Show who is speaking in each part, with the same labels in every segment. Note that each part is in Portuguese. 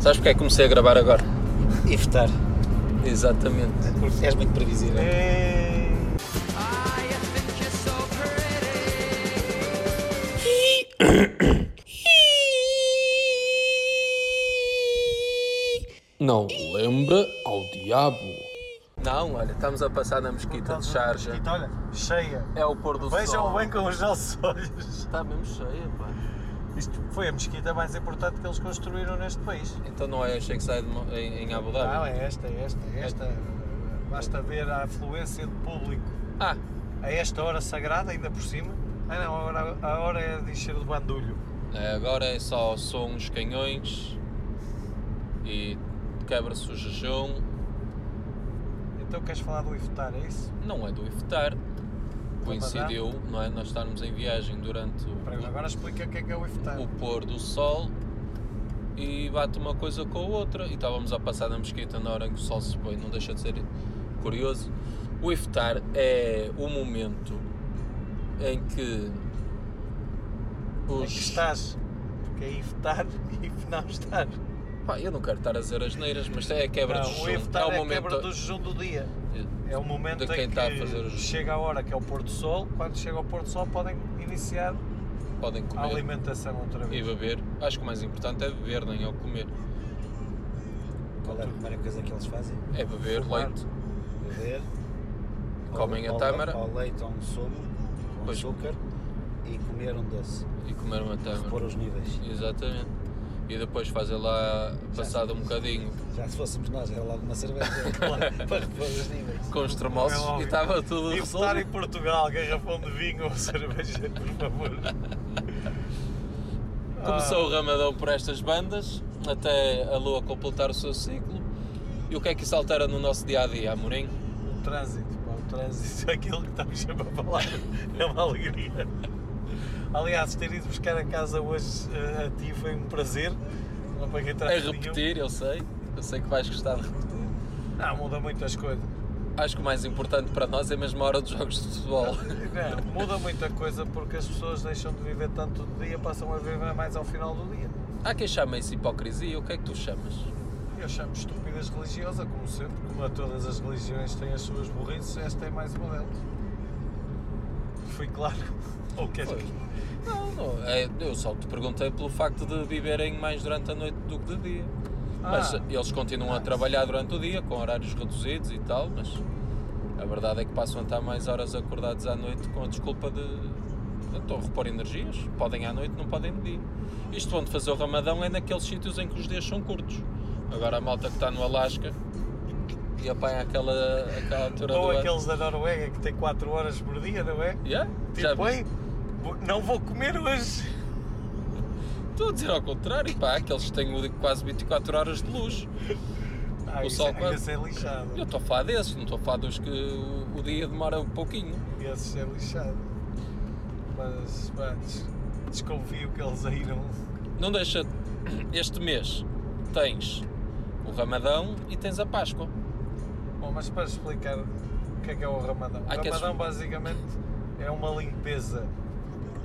Speaker 1: Sabes porque é que comecei a gravar agora?
Speaker 2: E votar. É
Speaker 1: Exatamente.
Speaker 2: És muito previsível.
Speaker 3: É.
Speaker 4: Não lembra ao diabo.
Speaker 1: Não, olha, estamos a passar na mesquita de Charja.
Speaker 3: Então, olha, cheia.
Speaker 1: É o pôr do
Speaker 3: Vejam
Speaker 1: sol.
Speaker 3: bem com os nossos olhos.
Speaker 1: Está mesmo cheia, pá.
Speaker 3: Isto foi a mesquita mais importante que eles construíram neste país.
Speaker 1: Então não é a Shakeside em, em Abu
Speaker 3: Não,
Speaker 1: Dhabi?
Speaker 3: é esta, é esta, é esta. Basta ver a afluência de público.
Speaker 1: Ah,
Speaker 3: A esta hora sagrada, ainda por cima. Ah não, agora, a hora é de encher de bandulho.
Speaker 1: é, agora é só o som dos canhões e quebra-se o jejum.
Speaker 3: Então queres falar do iftar, é isso?
Speaker 1: Não é do iftar.
Speaker 3: Tá
Speaker 1: Coincidiu, não é? Nós estarmos em viagem durante o,
Speaker 3: Espera, Agora explica o que é que é o iftar.
Speaker 1: o pôr do sol e bate uma coisa com a outra. E estávamos a passar na mesquita na hora em que o sol se põe, não deixa de ser curioso. O iftar é o momento em que
Speaker 3: Em que
Speaker 1: os.
Speaker 3: estás? Porque é iftar e não estar.
Speaker 1: Pá, eu não quero estar a dizer as neiras, mas é a quebra do
Speaker 3: Não,
Speaker 1: jejum.
Speaker 3: o iftar é,
Speaker 1: o
Speaker 3: a quebra do jejum do dia. É o
Speaker 1: de
Speaker 3: momento
Speaker 1: quem
Speaker 3: em que
Speaker 1: está a fazer os-
Speaker 3: chega a hora que é o pôr do sol. Quando chega ao pôr do sol podem iniciar
Speaker 1: Podem
Speaker 3: a
Speaker 1: comer
Speaker 3: alimentação outra
Speaker 1: e
Speaker 3: vez.
Speaker 1: beber. Acho que o mais importante é beber, nem é o comer.
Speaker 2: Qual é a primeira coisa que eles fazem?
Speaker 1: É beber
Speaker 3: Fumar.
Speaker 1: leite.
Speaker 2: Beber.
Speaker 1: Comem a
Speaker 2: ao- ao-
Speaker 1: tâmara.
Speaker 2: Ao leite, ou um sumo, com
Speaker 1: Pois.
Speaker 2: açúcar e comer um doce.
Speaker 1: E comer uma
Speaker 2: Repor
Speaker 1: tâmara.
Speaker 2: os níveis.
Speaker 1: Exatamente. E depois fazer lá, passado um bocadinho,
Speaker 2: Já se fôssemos nós, era logo uma cerveja para- para repor os níveis.
Speaker 1: com os tremoços
Speaker 3: Como é
Speaker 1: e
Speaker 3: óbvio.
Speaker 1: estava tudo
Speaker 3: Iftar em
Speaker 1: resolvido.
Speaker 3: Portugal, garrafão de vinho ou cerveja, por favor. ah.
Speaker 1: Começou o ramadão por estas bandas, até a lua completar o seu ciclo. E o que é que isso altera no nosso dia a dia, Amorim?
Speaker 3: Ah, O trânsito, pá, o trânsito, aquilo que estamos sempre a falar, é uma alegria. Aliás, ter ido buscar a casa hoje eh, a ti foi um prazer. Não paguei
Speaker 1: É
Speaker 3: trabalho
Speaker 1: repetir, eu sei. Eu sei que vais gostar de repetir.
Speaker 3: nenhum. Não, muda muitas coisas.
Speaker 1: Acho que o mais importante para nós é mesmo a hora dos jogos de futebol.
Speaker 3: Não, muda muita coisa porque as pessoas deixam de viver tanto do dia, passam a viver mais ao final do dia.
Speaker 1: Há quem chama isso hipocrisia, o que é que tu chamas?
Speaker 3: Eu chamo estupidez religiosa, como sempre, como a todas as religiões têm as suas burrices, esta é mais uma delas. Fui claro. Ou queres
Speaker 1: Pois.
Speaker 3: que-
Speaker 1: Não, não, é- eu só te perguntei pelo facto de viverem mais durante a noite do que de dia. Mas eh,
Speaker 3: Ah.
Speaker 1: eles continuam a trabalhar durante o dia, com horários reduzidos e tal, mas a verdade é que passam a estar mais horas acordados à noite com a desculpa de. Estão a repor energias, podem à noite, não podem de dia. Isto onde fazer o ramadão é naqueles sítios em que os dias são curtos. Agora a malta que está no Alasca e apanha aquela, aquela altura do
Speaker 3: Ou
Speaker 1: ano.
Speaker 3: aqueles da Noruega que têm 4 horas por dia, não é?
Speaker 1: Yeah? Já
Speaker 3: Tipo,
Speaker 1: viste?
Speaker 3: ei, vou- não vou comer hoje.
Speaker 1: Estou a dizer ao contrário, pá, aqueles que têm quase 24 horas de luz.
Speaker 3: Ah,
Speaker 1: O
Speaker 3: isso,
Speaker 1: sol
Speaker 3: é-
Speaker 1: quando-
Speaker 3: esse é lixado.
Speaker 1: Eu estou a falar desses, não estou a falar dos que o, o dia demora um pouquinho.
Speaker 3: Esse é lixado. Mas, pá, des- desconfio que eles aí não.
Speaker 1: Não deixa. Este mês tens o Ramadão e tens a Páscoa.
Speaker 3: Bom, mas para explicar o que é que é o Ramadão. O
Speaker 1: Ah, queres-
Speaker 3: Ramadão basicamente é uma limpeza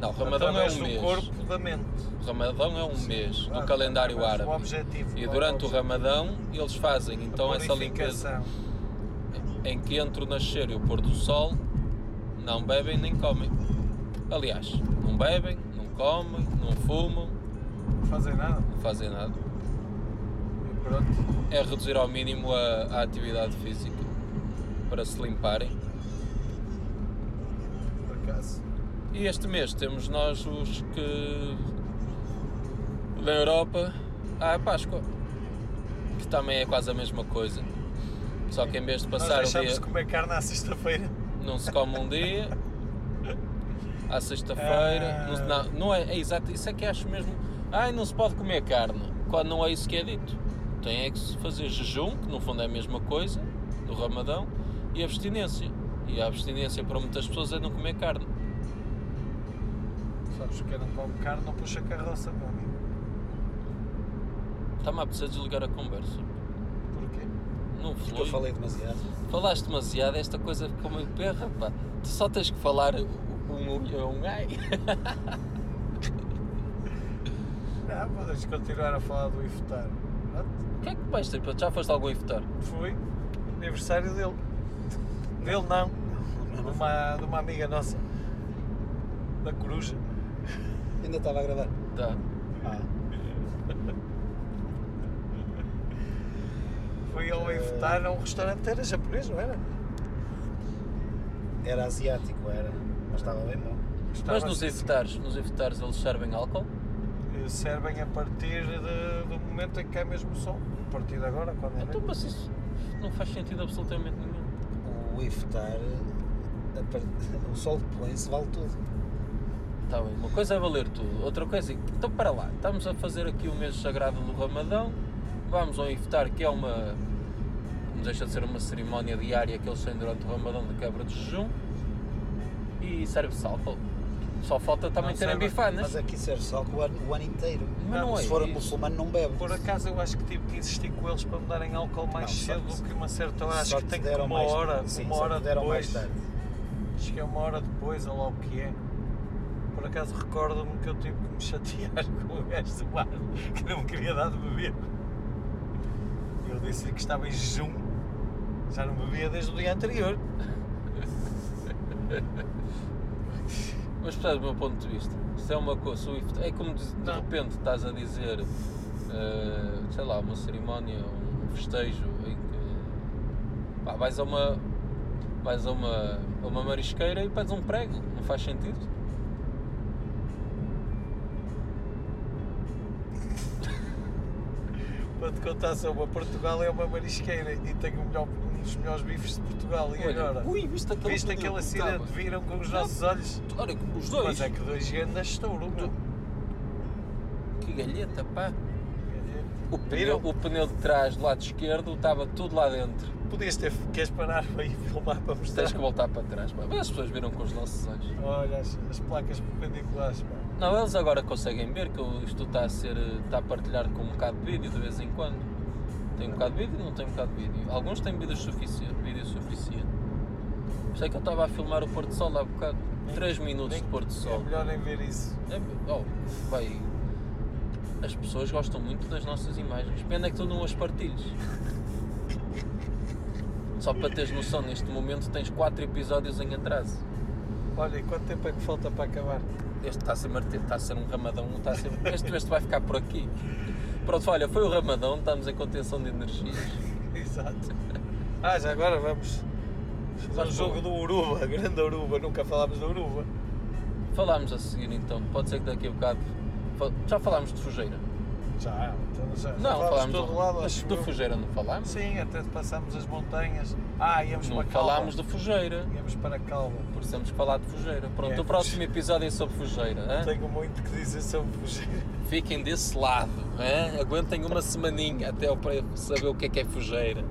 Speaker 1: Não, o Ramadão é
Speaker 3: através
Speaker 1: um
Speaker 3: do
Speaker 1: mês.
Speaker 3: corpo, da mente.
Speaker 1: O Ramadão é um mês do
Speaker 3: Ah,
Speaker 1: calendário
Speaker 3: mas O
Speaker 1: árabe.
Speaker 3: objetivo.
Speaker 1: E
Speaker 3: qual é
Speaker 1: durante o
Speaker 3: objetivo?
Speaker 1: Ramadão eles fazem
Speaker 3: A
Speaker 1: então essa limpeza
Speaker 3: purificação.
Speaker 1: em que entre o nascer e o pôr do sol não bebem nem comem. Aliás, não bebem, não comem, não fumam,
Speaker 3: Não fazem nada.
Speaker 1: não fazem nada.
Speaker 3: E pronto.
Speaker 1: é reduzir ao mínimo a, a atividade física para se limparem.
Speaker 3: Por acaso.
Speaker 1: E este mês temos nós os que da Europa à Páscoa, que também é quase a mesma coisa. Só que em vez de passar
Speaker 3: Nós
Speaker 1: o
Speaker 3: deixamos
Speaker 1: dia,
Speaker 3: de comer carne à sexta-feira.
Speaker 1: não se come um dia, à sexta-feira,
Speaker 3: Ah.
Speaker 1: não se- não, não é, é exato, isso é que acho mesmo. Ai, não se pode comer carne, quando não é isso que é dito. Tem é que se fazer jejum, que no fundo é a mesma coisa, do ramadão, e abstinência. E a abstinência para muitas pessoas é não comer carne.
Speaker 3: Sabes que não come carne, não puxa carroça, meu amigo.
Speaker 1: Está-me a precisar desligar a conversa.
Speaker 3: Porquê?
Speaker 1: Não
Speaker 2: Porque eu
Speaker 1: flui.
Speaker 2: falei demasiado.
Speaker 1: Falaste demasiado, esta coisa ficou meio perra, pá. Tu só tens que falar um, um, um ai.
Speaker 3: Ah, Não, podemos continuar a falar do iftar. Pronto,
Speaker 1: O que é que vais ter? Já foste a algum iftar?
Speaker 3: fui. Aniversário dele. Dele não. De uma, de uma amiga nossa. Da coruja.
Speaker 2: Ainda estava a gravar.
Speaker 1: Tá.
Speaker 2: Ah,
Speaker 3: Fui ao
Speaker 2: Eh,
Speaker 3: Inventar a um restaurante, era japonês, não era?
Speaker 2: era asiático, era. Mas estava bem bom.
Speaker 1: Mas
Speaker 3: Estava
Speaker 1: nos iftares, nos iftares eles servem álcool?
Speaker 3: servem a partir de- do momento em que é mesmo som. A partir de agora, quando é
Speaker 1: Então,
Speaker 3: noite.
Speaker 1: mas isso não faz sentido absolutamente nenhum.
Speaker 2: O iftar, a par- o sol que põe-se vale tudo.
Speaker 1: Tá bem, uma coisa é valer tudo, outra coisa é... Então, para lá, estamos a fazer aqui o mês sagrado do Ramadão, vamos ao iftar, que é uma... Não deixa de ser uma cerimónia diária que eles têm durante o Ramadão de quebra de jejum, e serve-se álcool. Só falta também
Speaker 3: Ah, Não é?
Speaker 1: terem
Speaker 3: serve.
Speaker 1: bifanas.
Speaker 2: Mas é aqui serve sol o ano, o ano inteiro.
Speaker 1: Mas não é
Speaker 2: Se for
Speaker 1: isso.
Speaker 2: muçulmano, não bebe.
Speaker 3: Por acaso eu acho que tive que insistir com eles para me darem álcool mais
Speaker 2: Não, só-
Speaker 3: cedo do que uma certa hora. Acho
Speaker 2: Só
Speaker 3: que
Speaker 2: te
Speaker 3: tenho que
Speaker 2: deram
Speaker 3: uma
Speaker 2: mais-
Speaker 3: hora,
Speaker 2: sim,
Speaker 3: uma
Speaker 2: só te
Speaker 3: hora
Speaker 2: deram
Speaker 3: depois.
Speaker 2: mais tarde.
Speaker 3: Cheguei é uma hora depois, olha lá o que é. Por acaso recordo-me que eu tive que me chatear com o gajo do bar que não me queria dar de beber. Eu disse-lhe que estava em jejum, já não bebia desde o dia anterior.
Speaker 1: Mas percebes o meu ponto de vista? Isso é uma coisa, o IFT, é como de, de
Speaker 3: Não.
Speaker 1: repente estás a dizer, eh, sei lá, uma cerimónia, um festejo em que pá, vais a uma vais a uma, a uma marisqueira e pedes um prego, não faz sentido?
Speaker 3: Para te contar só uma, Portugal é uma marisqueira e tem o melhor- um dos melhores bifes de Portugal. E agora?
Speaker 1: ui, viste aquele
Speaker 3: Viste
Speaker 1: pneu
Speaker 3: aquele
Speaker 1: que
Speaker 3: acidente,
Speaker 1: estava?
Speaker 3: viram com os nossos olhos.
Speaker 1: Olha, os dois,
Speaker 3: Mas é que dois grandes estouro, meu.
Speaker 1: que galheta, pá. O pneu,
Speaker 3: Viram?
Speaker 1: o pneu de trás, do lado esquerdo, estava tudo lá dentro.
Speaker 3: Podias ter. Queres parar para ir filmar para mostrar?
Speaker 1: Tens que voltar para trás, pá. Mas as pessoas viram com os nossos olhos.
Speaker 3: Olha as, as placas perpendiculares, pá.
Speaker 1: Não, eles agora conseguem ver que o- isto está a ser. eh, está a partilhar com um bocado de vídeo de vez em quando. Tem um bocado de vídeo e não tem um bocado de vídeo. Alguns têm vídeo suficiente. Vídeo suficiente. Sei que eu estava a filmar o Porto Sol há um bocado. 3 minutos
Speaker 3: Nem-
Speaker 1: de Porto
Speaker 3: É
Speaker 1: Sol.
Speaker 3: melhor nem ver isso.
Speaker 1: É, oh, vai. As pessoas gostam muito das nossas imagens. Pena é que tu não as partilhes. Só para teres noção, neste momento tens 4 episódios em atraso.
Speaker 3: Olha, e quanto tempo é que falta para acabar?
Speaker 1: Este está a ser martelo, está a ser um ramadão, está a ser... este, este vai ficar por aqui. Pronto, olha, foi o ramadão, estamos em contenção de energias.
Speaker 3: Exato. Ah, já agora vamos. Fazer um
Speaker 1: Vamos
Speaker 3: jogo do Uruba, grande Uruba, nunca falámos do Uruba.
Speaker 1: Falámos a seguir então, pode ser que daqui a bocado. fa- Já falámos de Fujeira?
Speaker 3: Já, então já. já
Speaker 1: Não,
Speaker 3: falámos
Speaker 1: falámos
Speaker 3: de todo lado,
Speaker 1: do,
Speaker 3: acho
Speaker 1: do
Speaker 3: eu.
Speaker 1: Fujeira, não falámos?
Speaker 3: Sim, até passámos as montanhas. Ah, íamos
Speaker 1: Não
Speaker 3: para Calva.
Speaker 1: falámos de Fujeira,
Speaker 3: Íamos para Calva.
Speaker 1: porque temos que falar de Fujeira. Pronto,
Speaker 3: É,
Speaker 1: o próximo episódio é sobre Fujeira. hã?
Speaker 3: Tenho muito que dizer sobre fugir.
Speaker 1: Fiquem desse lado, hã? aguentem uma semaninha até eu para saber o que é que é Fujeira.